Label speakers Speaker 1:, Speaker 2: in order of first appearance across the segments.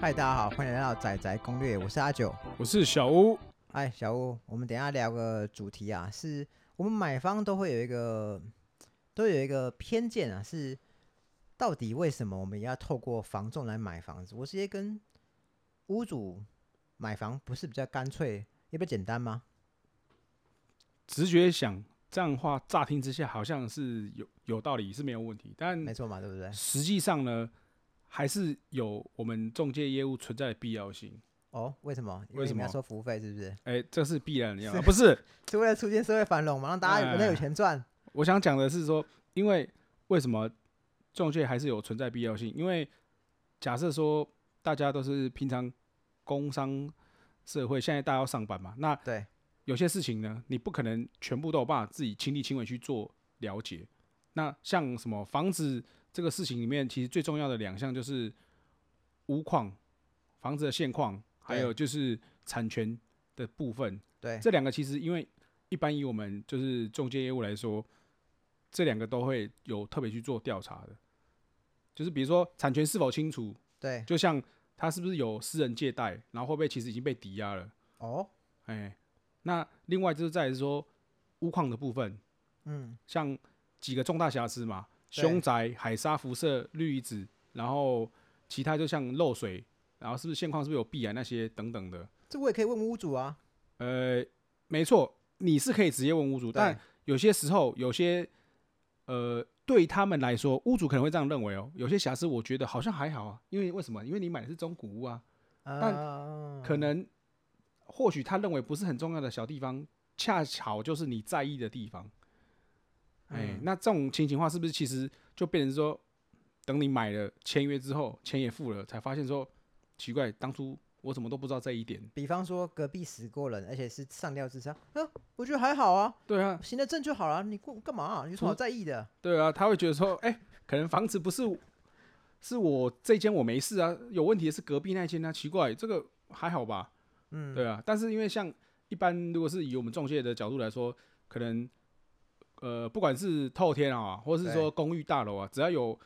Speaker 1: 嗨，大家好，欢迎来到仔仔攻略，我是阿九。
Speaker 2: 我是小屋，
Speaker 1: 哎，小吴，我们等一下聊个主题啊，是我们买方都会有一个都有一个偏见啊，是到底为什么我们要透过房仲来买房子？我直接跟屋主买房不是比较干脆，也比较简单吗？
Speaker 2: 直觉想这样的话，乍听之下好像是有有道理，是没有问题。但
Speaker 1: 没错嘛，对不对？
Speaker 2: 实际上呢，还是有我们中介业务存在的必要性。
Speaker 1: 哦，为什么？因
Speaker 2: 为
Speaker 1: 你
Speaker 2: 什
Speaker 1: 们要
Speaker 2: 么
Speaker 1: 收服务费是不是？
Speaker 2: 哎、这是必然的要，不是？
Speaker 1: 是为了促进社会繁荣嘛，让大家有能有
Speaker 2: 哎
Speaker 1: 钱赚。
Speaker 2: 我想讲的是说，因为为什么中介还是有存在必要性？因为假设说大家都是平常工商社会，现在大家要上班嘛，那
Speaker 1: 对，
Speaker 2: 有些事情呢，你不可能全部都有办法自己亲力亲为去做了解。那像什么房子这个事情里面，其实最重要的两项就是屋况、房子的现况，还有就是产权的部分。
Speaker 1: 对，
Speaker 2: 这两个其实因为一般以我们就是中介业务来说，这两个都会有特别去做调查的，就是比如说产权是否清楚，
Speaker 1: 对，
Speaker 2: 就像他是不是有私人借贷，然后会不会其实已经被抵押了。
Speaker 1: 哦，
Speaker 2: 哎，那另外就是在于说屋况的部分，
Speaker 1: 嗯，
Speaker 2: 像几个重大瑕疵嘛，
Speaker 1: 对
Speaker 2: 凶宅、海沙辐射、氯离子，然后其他就像漏水，然后是不是现况是不是有壁癌那些等等的。
Speaker 1: 这我也可以问屋主啊。
Speaker 2: 呃，没错，你是可以直接问屋主，
Speaker 1: 对
Speaker 2: 但，有些时候有些呃。对他们来说，屋主可能会这样认为哦。有些瑕疵，我觉得好像还好啊，因为为什么？因为你买的是中古屋啊，但
Speaker 1: 嗯
Speaker 2: 可能或许他认为不是很重要的小地方，恰巧就是你在意的地方。哎、
Speaker 1: 嗯
Speaker 2: 那这种情形的话，是不是其实就变成说，等你买了签约之后，钱也付了，才发现说奇怪，当初我怎么都不知道这一点？
Speaker 1: 比方说隔壁死过人，而且是上吊自杀，嗯，我觉得还好啊，
Speaker 2: 对啊，
Speaker 1: 行得正就好了，你过干嘛啊、有什么好在意的？
Speaker 2: 对啊，他会觉得说，哎、可能房子不是是我这间我没事啊，有问题的是隔壁那间啊，奇怪，这个还好吧？
Speaker 1: 嗯，
Speaker 2: 对啊，但是因为像一般如果是以我们中介的角度来说，可能呃不管是透天啊，或是说公寓大楼啊，只要有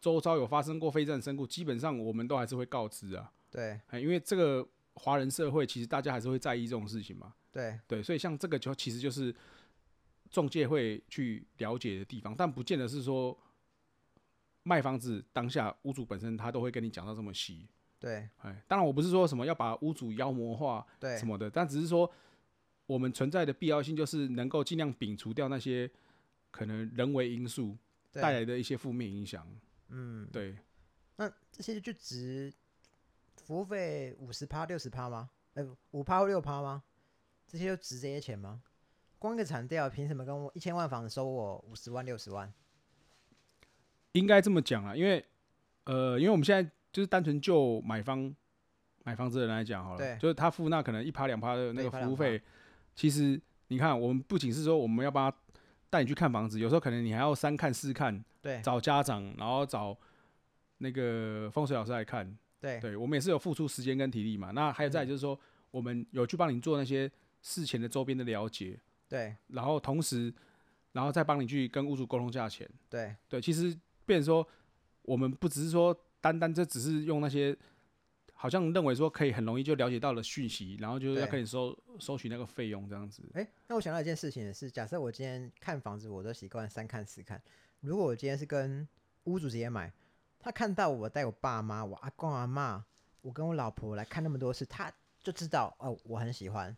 Speaker 2: 周遭有发生过非战身故，基本上我们都还是会告知啊，
Speaker 1: 对
Speaker 2: 哎因为这个华人社会其实大家还是会在意这种事情嘛，
Speaker 1: 对
Speaker 2: 对，所以像这个就其实就是中介会去了解的地方，但不见得是说。卖房子当下，屋主本身他都会跟你讲到这么细。
Speaker 1: 对
Speaker 2: 哎，当然我不是说什么要把屋主妖魔化，
Speaker 1: 对
Speaker 2: 什，么的，但只是说我们存在的必要性就是能够尽量摒除掉那些可能人为因素
Speaker 1: 对
Speaker 2: 带来的一些负面影响。
Speaker 1: 嗯，
Speaker 2: 对，
Speaker 1: 那这些就值服务费五十趴、六十趴吗？呃，五趴或六趴吗？这些就值这些钱吗？光一个产调凭什么跟我一千万房子收我五十万、六十万？
Speaker 2: 应该这么讲啊，因为呃，因为我们现在就是单纯就买方买房子的人来讲好
Speaker 1: 对
Speaker 2: 了，就是他付那可能一趴两趴的
Speaker 1: 对
Speaker 2: 那个
Speaker 1: 一趴两
Speaker 2: 服务费，其实你看，我们不仅是说我们要帮他带你去看房子，有时候可能你还要三看四看，
Speaker 1: 对
Speaker 2: 找家长，然后找那个风水老师来看，
Speaker 1: 对嗯
Speaker 2: 对，我们也是有付出时间跟体力嘛。那还有再来就是说，我们有去帮你做那些事前的周边的了解，
Speaker 1: 对
Speaker 2: 然后同时，然后再帮你去跟屋主沟通价钱。
Speaker 1: 对
Speaker 2: 对，其实变成说，我们不只是说单单这只是用那些好像认为说可以很容易就了解到的讯息，然后就是要
Speaker 1: 对
Speaker 2: 跟你收收取那个费用这样子。
Speaker 1: 哎、那我想到一件事情是，假设我今天看房子，我都习惯三看四看。如果我今天是跟屋主直接买，他看到我带我爸妈、我阿公阿妈，我跟我老婆来看那么多次，他就知道哦，我很喜欢。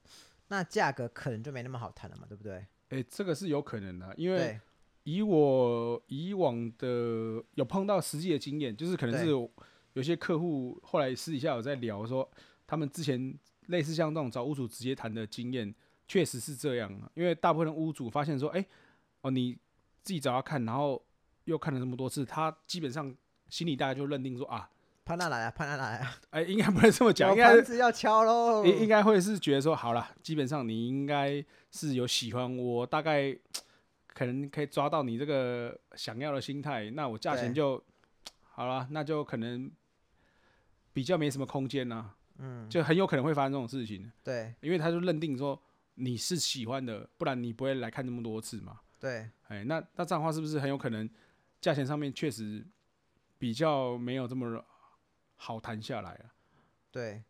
Speaker 1: 那价格可能就没那么好谈了嘛，对不对？
Speaker 2: 哎、这个是有可能的，因为
Speaker 1: 对
Speaker 2: 以我以往的有碰到实际的经验，就是可能
Speaker 1: 对
Speaker 2: 是有有些客户后来私底下有在聊说，他们之前类似像这种找屋主直接谈的经验，确实是这样啊。因为大部分的屋主发现说，哎、哦，你自己找他看，然后又看了这么多次，他基本上心里大概就认定说啊，
Speaker 1: 潘娜来啊，潘娜来啊，
Speaker 2: 哎、应该不能这么讲，
Speaker 1: 我
Speaker 2: 应该
Speaker 1: 盘
Speaker 2: 是
Speaker 1: 子要敲喽。
Speaker 2: 应应该会是觉得说，好啦，基本上你应该是有喜欢我，大概可能可以抓到你这个想要的心态，那我价钱
Speaker 1: 对
Speaker 2: 就好啦，那就可能比较没什么空间啦、
Speaker 1: 嗯，
Speaker 2: 就很有可能会发生这种事情，
Speaker 1: 对
Speaker 2: 因为他就认定说你是喜欢的，不然你不会来看这么多次嘛。
Speaker 1: 对
Speaker 2: 哎，那那这样的话是不是很有可能价钱上面确实比较没有这么好谈下来啊？
Speaker 1: 对，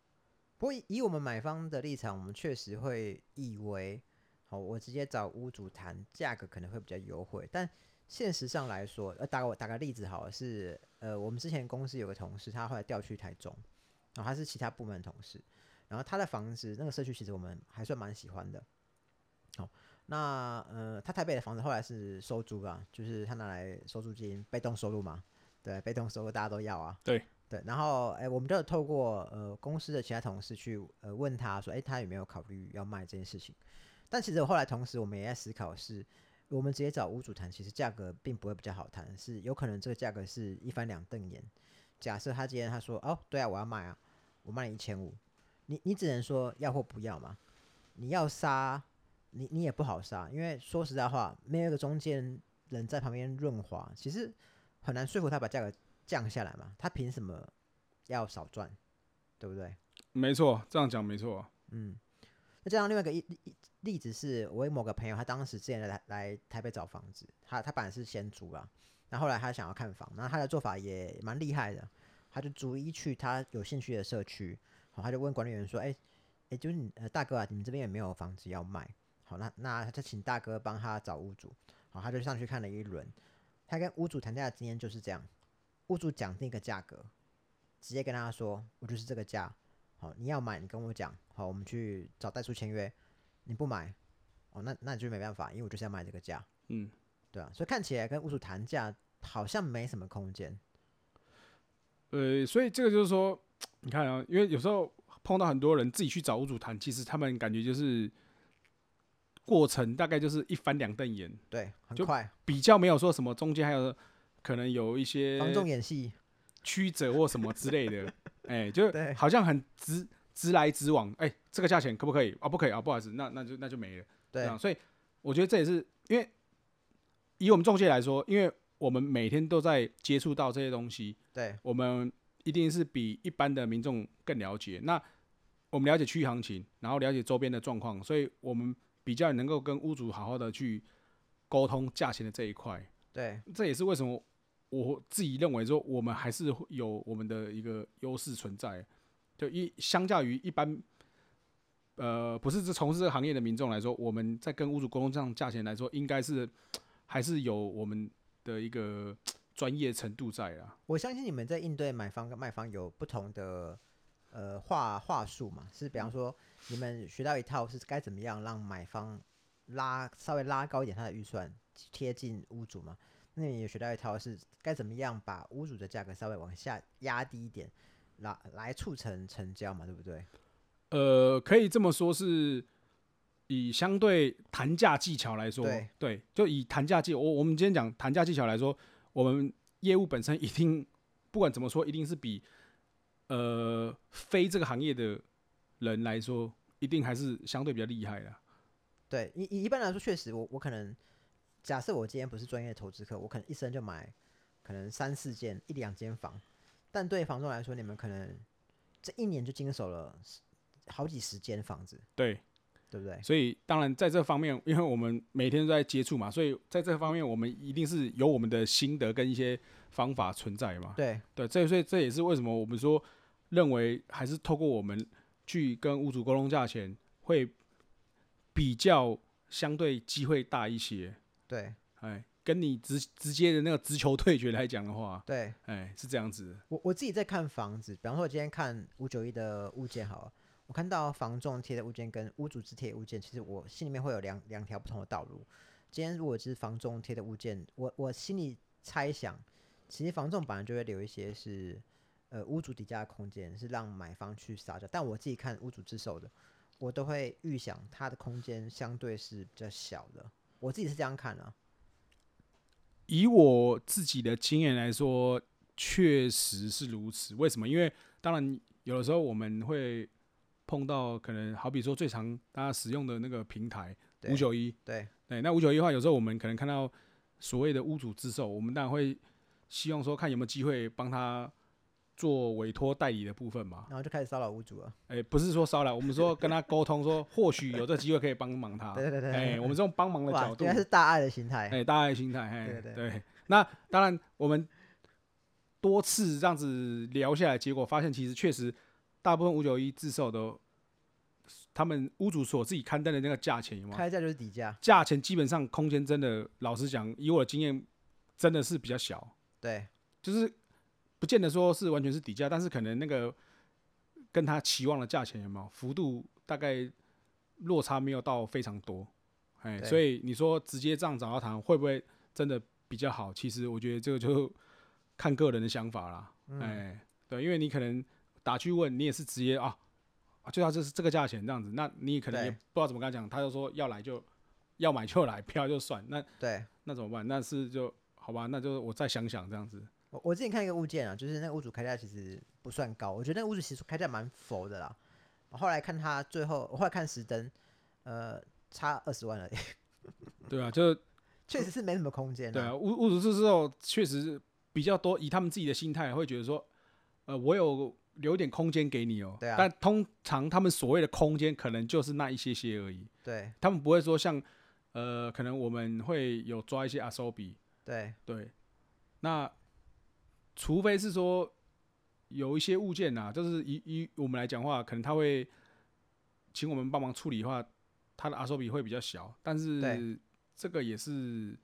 Speaker 1: 不过以以我们买方的立场，我们确实会以为，好，我直接找屋主谈价格可能会比较优惠，但现实上来说，呃，打我打个例子好了，是呃，我们之前公司有个同事，他后来调去台中，然后他是其他部门的同事，然后他的房子那个社区其实我们还算蛮喜欢的，好，那呃，他台北的房子后来是收租啊，就是他拿来收租金，被动收入嘛，对，被动收入大家都要啊，
Speaker 2: 对
Speaker 1: 对，然后哎，我们就有透过呃公司的其他同事去呃问他说，哎，他有没有考虑要卖这件事情？但其实我后来同时我们也在思考是，我们直接找屋主谈，其实价格并不会比较好谈，是有可能这个价格是一翻两瞪眼。假设他今天他说哦，对啊，我要卖啊，我卖你一千五，你你只能说要或不要嘛，你要杀你你也不好杀，因为说实在话，没有一个中间人在旁边润滑，其实很难说服他把价格降下来嘛，他凭什么要少赚，对不对？
Speaker 2: 没错，这样讲没错。
Speaker 1: 嗯，那这样另外一个一一例子是，我有某个朋友，他当时之前来来台北找房子，他他本来是先租啦，然后后来他想要看房，那他的做法也蛮厉害的，他就逐一去他有兴趣的社区，好，他就问管理员说，哎、哎、就是你呃大哥啊，你们这边有没有房子要卖？好，那那他就请大哥帮他找屋主，好，他就上去看了一轮，他跟屋主谈价的经验就是这样，屋主讲定一个价格，直接跟他说，我就是这个价，好，你要买你跟我讲，好，我们去找代书签约。你不买，哦，那那就没办法，因为我就是要卖这个价，
Speaker 2: 嗯，
Speaker 1: 对啊，所以看起来跟屋主谈价好像没什么空间，
Speaker 2: 呃，所以这个就是说，你看啊，因为有时候碰到很多人自己去找屋主谈，其实他们感觉就是过程大概就是一翻两瞪眼，
Speaker 1: 对，很
Speaker 2: 就
Speaker 1: 快，
Speaker 2: 比较没有说什么中间还有可能有一些
Speaker 1: 防重演戏，
Speaker 2: 曲折或什么之类的，哎、就
Speaker 1: 对
Speaker 2: 好像很直直来直往，哎、这个价钱可不可以啊？不可以啊，不好意思，那那就那就没了。这
Speaker 1: 对
Speaker 2: 样，所以我觉得这也是因为以我们中介来说，因为我们每天都在接触到这些东西，
Speaker 1: 对
Speaker 2: 我们一定是比一般的民众更了解。那我们了解区域行情，然后了解周边的状况，所以我们比较能够跟屋主好好的去沟通价钱的这一块。
Speaker 1: 对
Speaker 2: 这也是为什么我自己认为说，我们还是会有我们的一个优势存在。就一相较于一般，呃，不是这从事这个行业的民众来说，我们在跟屋主沟通上价钱来说，应该是还是有我们的一个专业程度在啦。
Speaker 1: 我相信你们在应对买方跟卖方有不同的呃话话术嘛，是比方说你们学到一套是该怎么样让买方拉稍微拉高一点他的预算，贴近屋主嘛。那你也学到一套是该怎么样把屋主的价格稍微往下压低一点，来来促成成交嘛，对不对？
Speaker 2: 呃，可以这么说是。以相对谈价技巧来说，
Speaker 1: 对
Speaker 2: 就以谈价技，我我们今天讲谈价技巧来说，我们业务本身一定不管怎么说，一定是比呃非这个行业的人来说，一定还是相对比较厉害的。
Speaker 1: 对，一一一般来说，确实我，我可能假设我今天不是专业的投资客，我可能一生就买可能三四间、一两间房，但对房东来说，你们可能这一年就经手了十好几十间房子，
Speaker 2: 对，
Speaker 1: 对不对？
Speaker 2: 所以当然在这方面，因为我们每天都在接触嘛，所以在这方面我们一定是有我们的心得跟一些方法存在嘛。
Speaker 1: 对
Speaker 2: 对，这所以这也是为什么我们说认为还是透过我们去跟屋主沟通价钱会比较相对机会大一些。
Speaker 1: 对
Speaker 2: 哎，跟你直直接的那个直球对决来讲的话，
Speaker 1: 对，
Speaker 2: 哎，是这样子的。
Speaker 1: 我我自己在看房子，比方说我今天看五九一的物件好了，我看到房仲贴的物件跟屋主自贴的物件，其实我心里面会有两两条不同的道路。今天如果是房仲贴的物件，我我心里猜想，其实房仲本来就会留一些是呃屋主底价的空间，是让买方去杀价。但我自己看屋主自售的，我都会预想它的空间相对是比较小的，我自己是这样看啊的、
Speaker 2: 以我自己的经验来说，确实是如此。为什么？因为当然有的时候我们会碰到可能好比说最常大家使用的那个平台
Speaker 1: 对
Speaker 2: 五九一，
Speaker 1: 对
Speaker 2: 对，那五九一的话，有时候我们可能看到所谓的屋主自售，我们当然会希望说看有没有机会帮他做委托代理的部分嘛。
Speaker 1: 然后就开始骚扰屋主了。
Speaker 2: 哎、不是说骚扰，我们说跟他沟通说，或许有这机会可以帮忙他。
Speaker 1: 对对对对
Speaker 2: 哎、我们这种帮忙的
Speaker 1: 哇
Speaker 2: 角，度
Speaker 1: 原来，是大爱的心态。
Speaker 2: 哎、大爱心态，哎、
Speaker 1: 对对
Speaker 2: 那当然，我们多次这样子聊下来，结果发现其实确实大部分五九一自售的，他们屋主所自己刊登的那个价钱有吗？
Speaker 1: 开价就是底价，
Speaker 2: 价钱基本上空间真的，老实讲，以我的经验，真的是比较小，
Speaker 1: 对，
Speaker 2: 就是不见得说是完全是底价，但是可能那个跟他期望的价钱有没有幅度大概落差没有到非常多，哎，
Speaker 1: 对
Speaker 2: 所以你说直接这样找到谈会不会真的比较好？其实我觉得这个就看个人的想法啦，
Speaker 1: 嗯
Speaker 2: 哎，对，因为你可能打去问，你也是直接啊。啊，就要这是这个价钱这样子，那你可能
Speaker 1: 对
Speaker 2: 也不知道怎么跟他讲，他就说要来就要买就来，不要就算。那
Speaker 1: 对
Speaker 2: 那怎么办？那是就好吧，那就我再想想这样子。
Speaker 1: 我我之前看一个物件啊，就是那个屋主开价其实不算高，我觉得那个屋主其实开价蛮佛的啦。我后来看他最后，我后来看石灯，呃，差二十万而已， 嗯
Speaker 2: 对啊，就
Speaker 1: 确实是没什么空间、
Speaker 2: 对啊，物物主是之后确实比较多，以他们自己的心态会觉得说，呃，我有留一点空间给你哦、
Speaker 1: 对啊
Speaker 2: 但通常他们所谓的空间，可能就是那一些些而已，
Speaker 1: 对
Speaker 2: 他们不会说像呃，可能我们会有抓一些阿手比，
Speaker 1: 对
Speaker 2: 对，那除非是说有一些物件呐、啊，就是以以我们来讲话，可能他会请我们帮忙处理的话，他的阿手比会比较小，但是
Speaker 1: 对
Speaker 2: 这个也是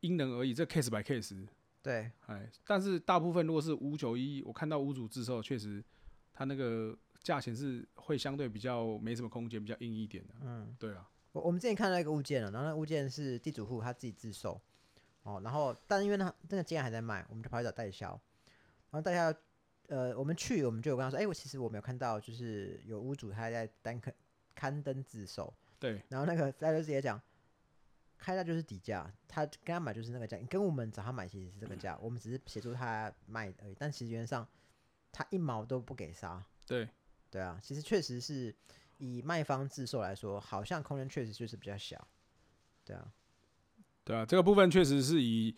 Speaker 2: 因人而异，这 case by case。
Speaker 1: 对
Speaker 2: 哎，但是大部分如果是五九一，我看到屋主自售，确实他那个价钱是会相对比较没什么空间，比较硬一点的。嗯，对啊，
Speaker 1: 我我们之前看到一个物件啊了，然后那个物件是地主户他自己自售，哦，然后但因为他那个竟然还在卖，我们就跑去找代销，然后代销，呃，我们去我们就有跟他说，哎、我其实我没有看到，就是有屋主他在单刊刊登自售，
Speaker 2: 对
Speaker 1: 然后那个代销直接讲，开价就是底价，他跟他买就是那个价，你跟我们找他买其实是这个价，我们只是协助他卖而已，但其实原则上他一毛都不给杀，
Speaker 2: 对，
Speaker 1: 对啊，其实确实是以卖方自售来说，好像空间确实就是比较小。对啊，
Speaker 2: 对啊，这个部分确实是以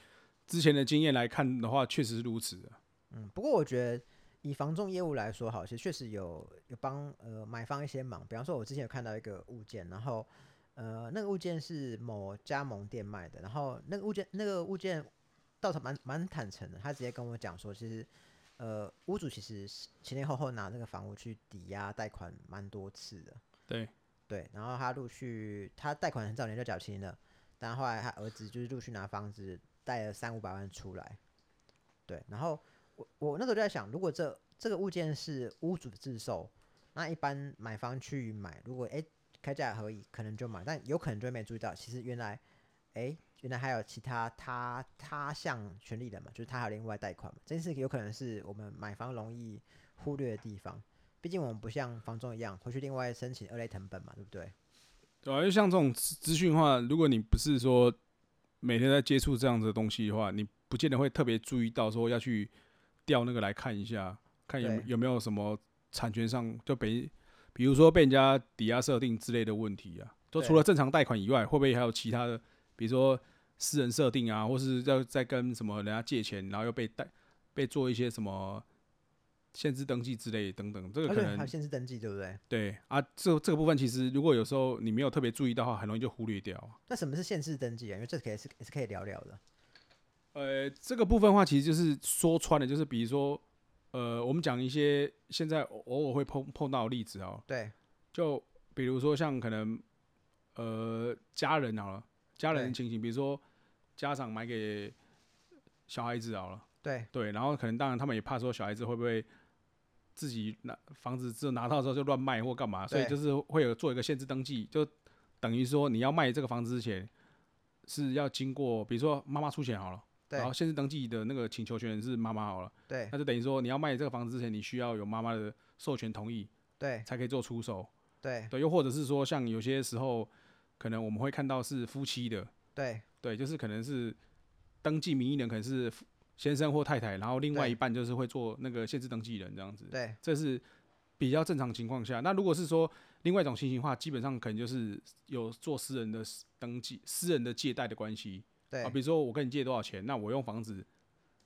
Speaker 2: 之前的经验来看的话，确实是如此的。
Speaker 1: 嗯，不过我觉得以房仲业务来说，好，其实确实有有帮呃买方一些忙。比方说，我之前有看到一个物件，然后呃那个物件是某加盟店卖的，然后那个物件那个物件倒是蛮蛮坦诚的，他直接跟我讲说，其实呃屋主其实是前前后后拿那个房屋去抵押贷款蛮多次的。
Speaker 2: 对
Speaker 1: 对，然后他陆续他贷款很早年就缴清了，但后来他儿子就是陆续拿房子贷了三五百万出来，对，然后我我那时候就在想，如果这这个物件是屋主自售，那一般买方去买，如果哎开价合意，可能就买，但有可能就会没注意到，其实原来哎原来还有其他他他项权利的嘛，就是他还有另外贷款嘛，这件事有可能是我们买方容易忽略的地方。毕竟我们不像房仲一样会去另外申请二类成本嘛，对不对？
Speaker 2: 对啊，因为像这种资资讯的话，如果你不是说每天在接触这样子的东西的话，你不见得会特别注意到说要去调那个来看一下，看有没
Speaker 1: 对
Speaker 2: 有没有什么产权上就被，比如说被人家抵押设定之类的问题啊。就除
Speaker 1: 对
Speaker 2: 了正常贷款以外，会不会还有其他的，比如说私人设定啊，或是要再跟什么人家借钱，然后又被贷被做一些什么限制登记之类等等，这个
Speaker 1: 而
Speaker 2: 可
Speaker 1: 且
Speaker 2: 能
Speaker 1: 还有限制登记，对不对？
Speaker 2: 对啊，这这个部分其实如果有时候你没有特别注意到的话，很容易就忽略掉啊。
Speaker 1: 那什么是限制登记啊？因为这可以是也是可以聊聊的。
Speaker 2: 呃，这个部分的话，其实就是说穿了，就是比如说，呃，我们讲一些现在偶偶尔会碰碰到的例子啊，
Speaker 1: 对
Speaker 2: 就比如说像可能呃家人好了，家人的
Speaker 1: 对
Speaker 2: 情形，比如说家长买给小孩子好了，
Speaker 1: 对
Speaker 2: 对，然后可能当然他们也怕说小孩子会不会自己拿房子只有拿到之后就乱卖或干嘛，所以
Speaker 1: 对
Speaker 2: 就是会有做一个限制登记，就等于说你要卖这个房子之前是要经过，比如说妈妈出钱好了，
Speaker 1: 对
Speaker 2: 然后限制登记的那个请求权人是妈妈好了，
Speaker 1: 对
Speaker 2: 那就等于说你要卖这个房子之前，你需要有妈妈的授权同意
Speaker 1: 对
Speaker 2: 才可以做出手，
Speaker 1: 对
Speaker 2: 对，又或者是说像有些时候可能我们会看到是夫妻的，
Speaker 1: 对
Speaker 2: 对，就是可能是登记名义人可能是夫先生或太太，然后另外
Speaker 1: 对
Speaker 2: 一半就是会做那个限制登记人这样子，
Speaker 1: 对
Speaker 2: 这是比较正常情况下。那如果是说另外一种情形的话，基本上可能就是有做私人的登记、私人的借贷的关系啊，比
Speaker 1: 对
Speaker 2: 如说我跟你借多少钱，那我用房子，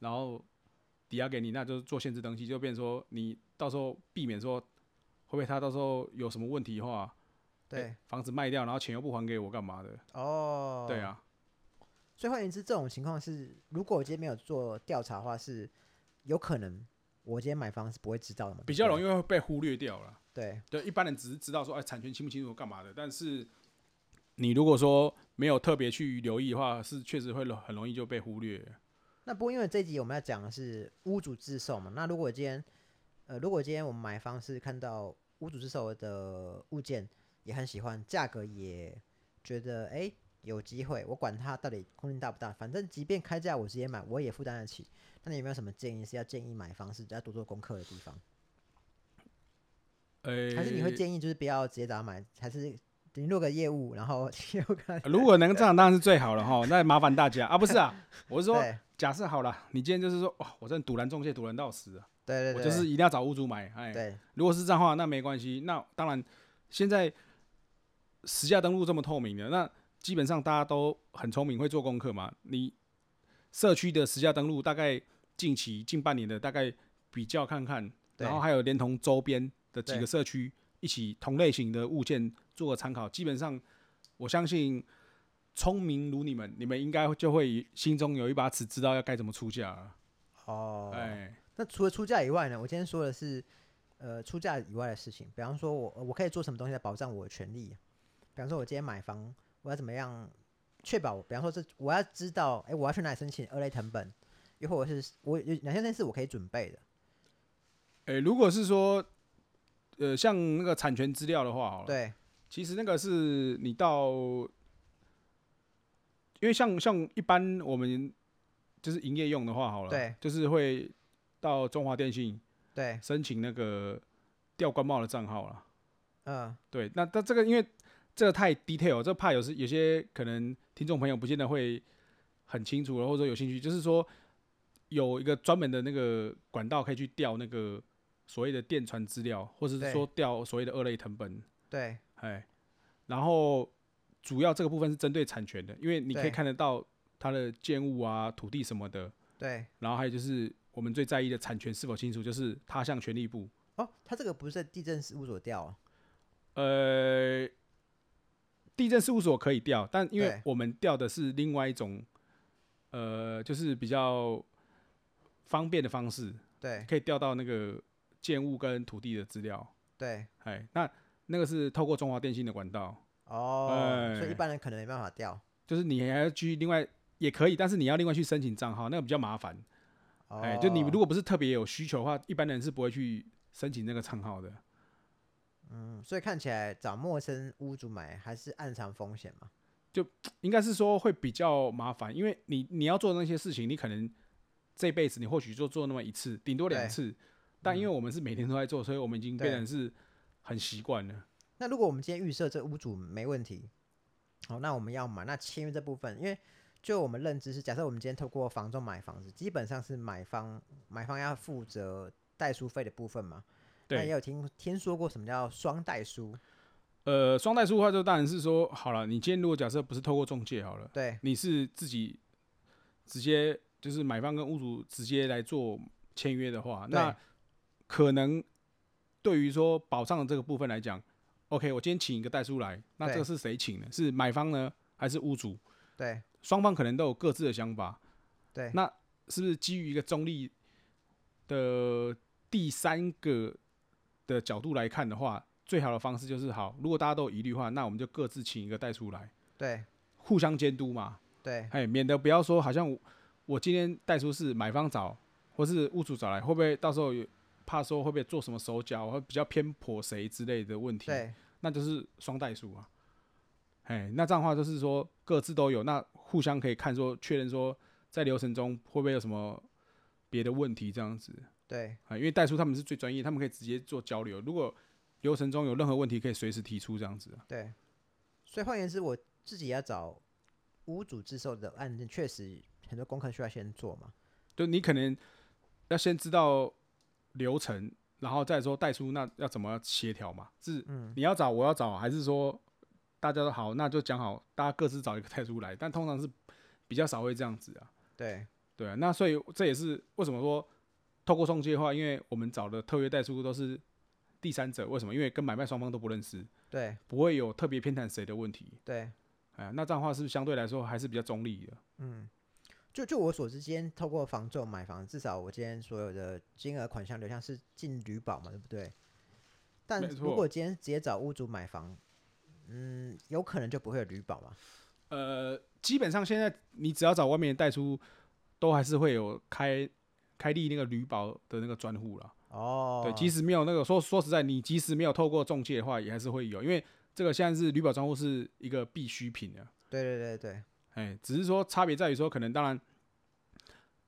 Speaker 2: 然后抵押给你，那就是做限制登记，就变成说你到时候避免说会不会他到时候有什么问题的话，
Speaker 1: 对
Speaker 2: 诶房子卖掉，然后钱又不还给我干嘛的？
Speaker 1: 哦，
Speaker 2: 对。啊，
Speaker 1: 所以换言之，这种情况是，如果我今天没有做调查的话，是有可能我今天买房是不会知道的嘛，
Speaker 2: 比较容
Speaker 1: 易
Speaker 2: 易会被忽略掉了。
Speaker 1: 对
Speaker 2: 对，一般人只是知道说，哎，产权清不清楚干嘛的，但是你如果说没有特别去留意的话，是确实会很容易就被忽略。
Speaker 1: 那不过因为这一集我们要讲的是屋主自售嘛，那如果今天，呃，如果今天我们买方是看到屋主自售的物件也很喜欢，价格也觉得哎、诶有机会，我管它到底空间大不大，反正即便开价我直接买，我也负担得起。那你有没有什么建议是要建议买方是要多做功课的地方？
Speaker 2: 呃、
Speaker 1: 还是你会建议就是不要直接找他买，还是你录个业务，然后 业务看
Speaker 2: 如果能这样，当然是最好了哈。那麻烦大家啊，不是啊，我是说，
Speaker 1: 对
Speaker 2: 假设好了，你今天就是说，哇，我真的赌蓝中介赌蓝到死啊，
Speaker 1: 对对
Speaker 2: 我
Speaker 1: 对，
Speaker 2: 就是一定要找屋主买。哎，
Speaker 1: 对
Speaker 2: 如果是这样的话，那没关系。那当然，现在实价登录这么透明的，那基本上大家都很聪明，会做功课嘛。你社区的实价登录，大概近期近半年的大概比较看看，
Speaker 1: 对
Speaker 2: 然后还有连同周边的几
Speaker 1: 对
Speaker 2: 个社区一起同类型的物件做个参考。基本上，我相信聪明如你们，你们应该就会心中有一把尺，知道要该怎么出价了。
Speaker 1: 哦，
Speaker 2: 哎、
Speaker 1: 那除了出价以外呢？我今天说的是，呃，出价以外的事情。比方说我，我可以做什么东西来保障我的权利？比方说，我今天买房，我要怎么样确保我？比方说这，我要知道，哎、我要去哪里申请二类成本，又或者是我有哪些东西是我可以准备的？
Speaker 2: 哎、如果是说，呃，像那个产权资料的话，好了，
Speaker 1: 对，
Speaker 2: 其实那个是你到，因为像像一般我们就是营业用的话，好了，
Speaker 1: 对，
Speaker 2: 就是会到中华电信
Speaker 1: 对，
Speaker 2: 申请那个吊冠帽的账号啦。
Speaker 1: 嗯，
Speaker 2: 对，那那这个因为这个太 detail，这怕有时有些可能听众朋友不见得会很清楚，或者说有兴趣，就是说有一个专门的那个管道可以去调那个所谓的电传资料，或者是
Speaker 1: 对
Speaker 2: 说调所谓的二类成本。
Speaker 1: 对，
Speaker 2: 哎，然后主要这个部分是针对产权的，因为你可以
Speaker 1: 对
Speaker 2: 看得到它的建物啊、土地什么的，
Speaker 1: 对。
Speaker 2: 然后还有就是我们最在意的产权是否清楚，就是他项权利部。
Speaker 1: 哦，他这个不是在地震事务所调、哦，
Speaker 2: 呃，地震事务所可以调，但因为
Speaker 1: 对
Speaker 2: 我们调的是另外一种，呃，就是比较方便的方式，
Speaker 1: 对
Speaker 2: 可以调到那个建物跟土地的资料。
Speaker 1: 对，
Speaker 2: 哎，那那个是透过中华电信的管道。
Speaker 1: 哦，所以
Speaker 2: 哎
Speaker 1: 一般人可能没办法调。
Speaker 2: 就是你还要去另外也可以，但是你要另外去申请账号，那个比较麻烦。
Speaker 1: 哦，
Speaker 2: 哎、就你如果不是特别有需求的话，一般人是不会去申请那个账号的。
Speaker 1: 嗯，所以看起来找陌生屋主买还是暗藏风险嘛？
Speaker 2: 应该是说会比较麻烦，因为你你要做那些事情，你可能这辈子你或许就做那么一次，顶多两
Speaker 1: 对嗯
Speaker 2: 次。但因为我们是每天都在做，所以我们已经
Speaker 1: 对
Speaker 2: 变成是很习惯了。
Speaker 1: 那如果我们今天预设这屋主没问题，好，那我们要买那签约这部分，因为就我们认知是，假设我们今天透过房仲买房子，基本上是买方买方要负责代书费的部分嘛。那也
Speaker 2: 对，
Speaker 1: 有听听说过什么叫双代书？
Speaker 2: 呃，双代书的话，就当然是说好了，你今天如果假设不是透过中介好了，
Speaker 1: 对
Speaker 2: 你是自己直接就是买方跟屋主直接来做签约的话，
Speaker 1: 对
Speaker 2: 那可能对于说保障的这个部分来讲，OK，我今天请一个代书来，那
Speaker 1: 对
Speaker 2: 这个是谁请的？是买方呢，还是屋主？
Speaker 1: 对
Speaker 2: 双方可能都有各自的想法，
Speaker 1: 对
Speaker 2: 那是不是基于一个中立的呃第三个的角度来看的话，最好的方式就是好，如果大家都有疑虑的话，那我们就各自请一个代书来，
Speaker 1: 对
Speaker 2: 互相监督嘛。
Speaker 1: 对
Speaker 2: 哎，免得不要说好像我我今天带出是买方找或是屋主找来，会不会到时候有怕说会不会做什么手脚，会比较偏颇谁之类的问题？，
Speaker 1: 对
Speaker 2: 那就是双代数啊。哎，那这样的话就是说各自都有，那互相可以看说确认说在流程中会不会有什么别的问题这样子
Speaker 1: 对
Speaker 2: 啊、因为代书他们是最专业，他们可以直接做交流，如果流程中有任何问题可以随时提出这样子啊。
Speaker 1: 对。所以换言之，我自己要找屋主自售的案件，确实很多功课需要先做嘛。
Speaker 2: 就你可能要先知道流程，然后再说带出那要怎么协调嘛？是
Speaker 1: 嗯，
Speaker 2: 你要找我要找，还是说大家都好，那就讲好，大家各自找一个带出来？但通常是比较少会这样子啊，
Speaker 1: 对
Speaker 2: 对啊。那所以这也是为什么说透过中介的话，因为我们找的特约代书都是第三者，为什么？因为跟买卖双方都不认识，
Speaker 1: 对
Speaker 2: 不会有特别偏袒谁的问题。
Speaker 1: 对。
Speaker 2: 哎呀，那这样的话是不是相对来说还是比较中立的？
Speaker 1: 嗯，就就我所知，今天透过房仲买房，至少我今天所有的金额款项流向是进旅保嘛，对不对？但
Speaker 2: 没
Speaker 1: 如
Speaker 2: 错
Speaker 1: 果今天直接找屋主买房，嗯，有可能就不会有旅保嘛。
Speaker 2: 呃，基本上现在你只要找外面的代出，都还是会有开开立那个旅保的那个专户啦。
Speaker 1: 哦，
Speaker 2: 对，即使没有那个说说实在，你即使没有透过中介的话，也还是会有，因为这个现在是旅保专户是一个必需品啊。
Speaker 1: 对对对对，
Speaker 2: 哎，只是说差别在于说，可能当然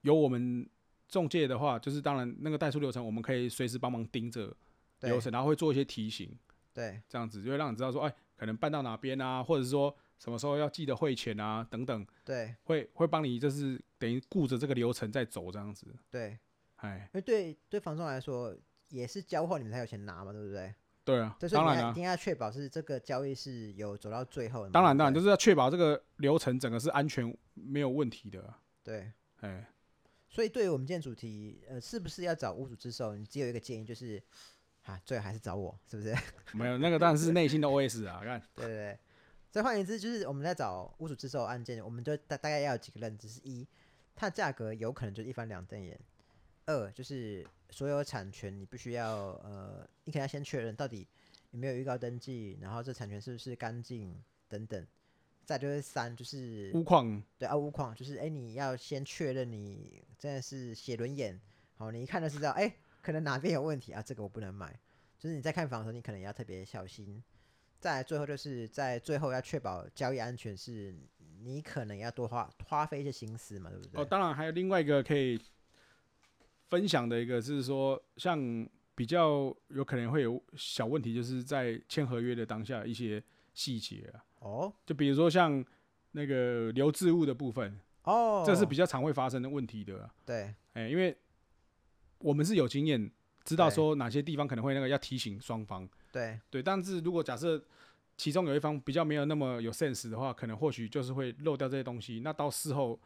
Speaker 2: 有我们中介的话，就是当然那个代出流程，我们可以随时帮忙盯着
Speaker 1: 对
Speaker 2: 流程，然后会做一些提醒，
Speaker 1: 对
Speaker 2: 这样子就会让你知道说，哎，可能办到哪边啊，或者是说什么时候要记得汇钱啊，等等。
Speaker 1: 对
Speaker 2: 会会帮你，就是等于顾着这个流程在走这样子。
Speaker 1: 对，
Speaker 2: 哎，
Speaker 1: 因为对对房仲来说，也是交货你们才有钱拿嘛，对不对？
Speaker 2: 对啊
Speaker 1: 对，，所以
Speaker 2: 当
Speaker 1: 你
Speaker 2: 然
Speaker 1: 要
Speaker 2: 啦、
Speaker 1: 一定要确保是这个交易是有走到最后的嘛。
Speaker 2: 当然当然，
Speaker 1: 嗯对
Speaker 2: 就是要确保这个流程整个是安全没有问题的。
Speaker 1: 对。
Speaker 2: 哎，
Speaker 1: 所以对于我们今天主题，呃，是不是要找屋主之手？你只有一个建议，就是啊，最好还是找我，是不是？
Speaker 2: 没有那个当然是内心的 OS 啊，看
Speaker 1: 对对对。再换言之，就是我们在找屋主自售案件，我们就大大概要有几个认知：是一，它的价格有可能就一翻两瞪眼；二，就是所有产权你必须要呃，你可能要先确认到底有没有预告登记，然后这产权是不是干净等等。再就是三，就是
Speaker 2: 钨矿
Speaker 1: 对啊，屋况就是哎、你要先确认你真的是写轮眼，好，你一看就知道，哎、可能哪边有问题啊，这个我不能买。就是你在看房的时候，你可能也要特别小心。再来最后就是在最后要确保交易安全是，你可能要多花花费一些心思嘛，对不对？
Speaker 2: 哦，当然还有另外一个可以分享的一个是说，像比较有可能会有小问题，就是在签合约的当下一些细节啊，
Speaker 1: 哦
Speaker 2: 就比如说像那个留置物的部分，
Speaker 1: 哦，
Speaker 2: 这是比较常会发生的问题的啊、
Speaker 1: 对
Speaker 2: 哎、因为我们是有经验，知道
Speaker 1: 对
Speaker 2: 说哪些地方可能会那个要提醒双方，
Speaker 1: 对
Speaker 2: 对。但是如果假设其中有一方比较没有那么有 sense 的话，可能或许就是会漏掉这些东西。那到事后，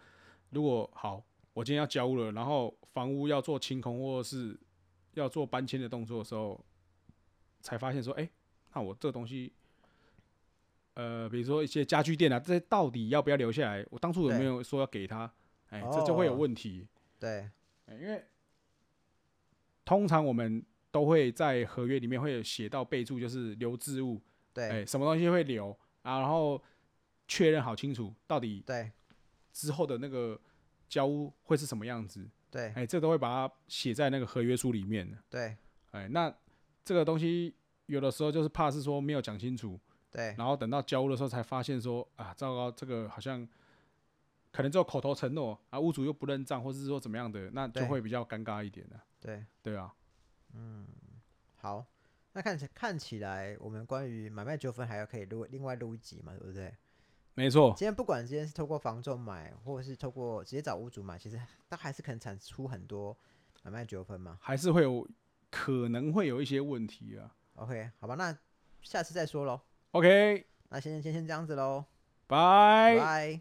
Speaker 2: 如果好，我今天要交屋了，然后房屋要做清空或是要做搬迁的动作的时候，才发现说，哎、那我这东西。呃，比如说一些家具店啊，这些到底要不要留下来？我当初有没
Speaker 1: 对
Speaker 2: 有说要给他？哎、这就会有
Speaker 1: 哦
Speaker 2: 问题。
Speaker 1: 对
Speaker 2: 欸因为通常我们都会在合约里面会有写到备注，就是留置物，
Speaker 1: 对、
Speaker 2: 哎、什么东西会留啊，然后确认好清楚到底
Speaker 1: 对
Speaker 2: 之后的那个交屋会是什么样子，
Speaker 1: 对
Speaker 2: 哎、这都会把它写在那个合约书里面的，
Speaker 1: 对
Speaker 2: 哎、那这个东西有的时候就是怕是说没有讲清楚，
Speaker 1: 对
Speaker 2: 然后等到交屋的时候才发现说啊，糟糕，这个好像可能只有口头承诺啊，屋主又不认账，或是说怎么样的，那就
Speaker 1: 对
Speaker 2: 会比较尴尬一点的、
Speaker 1: 对，
Speaker 2: 对啊，
Speaker 1: 好。那看起看起来，我们关于买卖纠纷还要可以录另外录一集嘛，对不对？
Speaker 2: 没错，
Speaker 1: 今天不管今天是透过房仲买，或者是透过直接找屋主买，其实它还是可能产出很多买卖纠纷嘛。
Speaker 2: 还是会有可能会有一些问题啊。
Speaker 1: OK，好吧，那下次再说喽。
Speaker 2: OK，
Speaker 1: 那先先先这样子喽，
Speaker 2: 拜。
Speaker 1: 拜。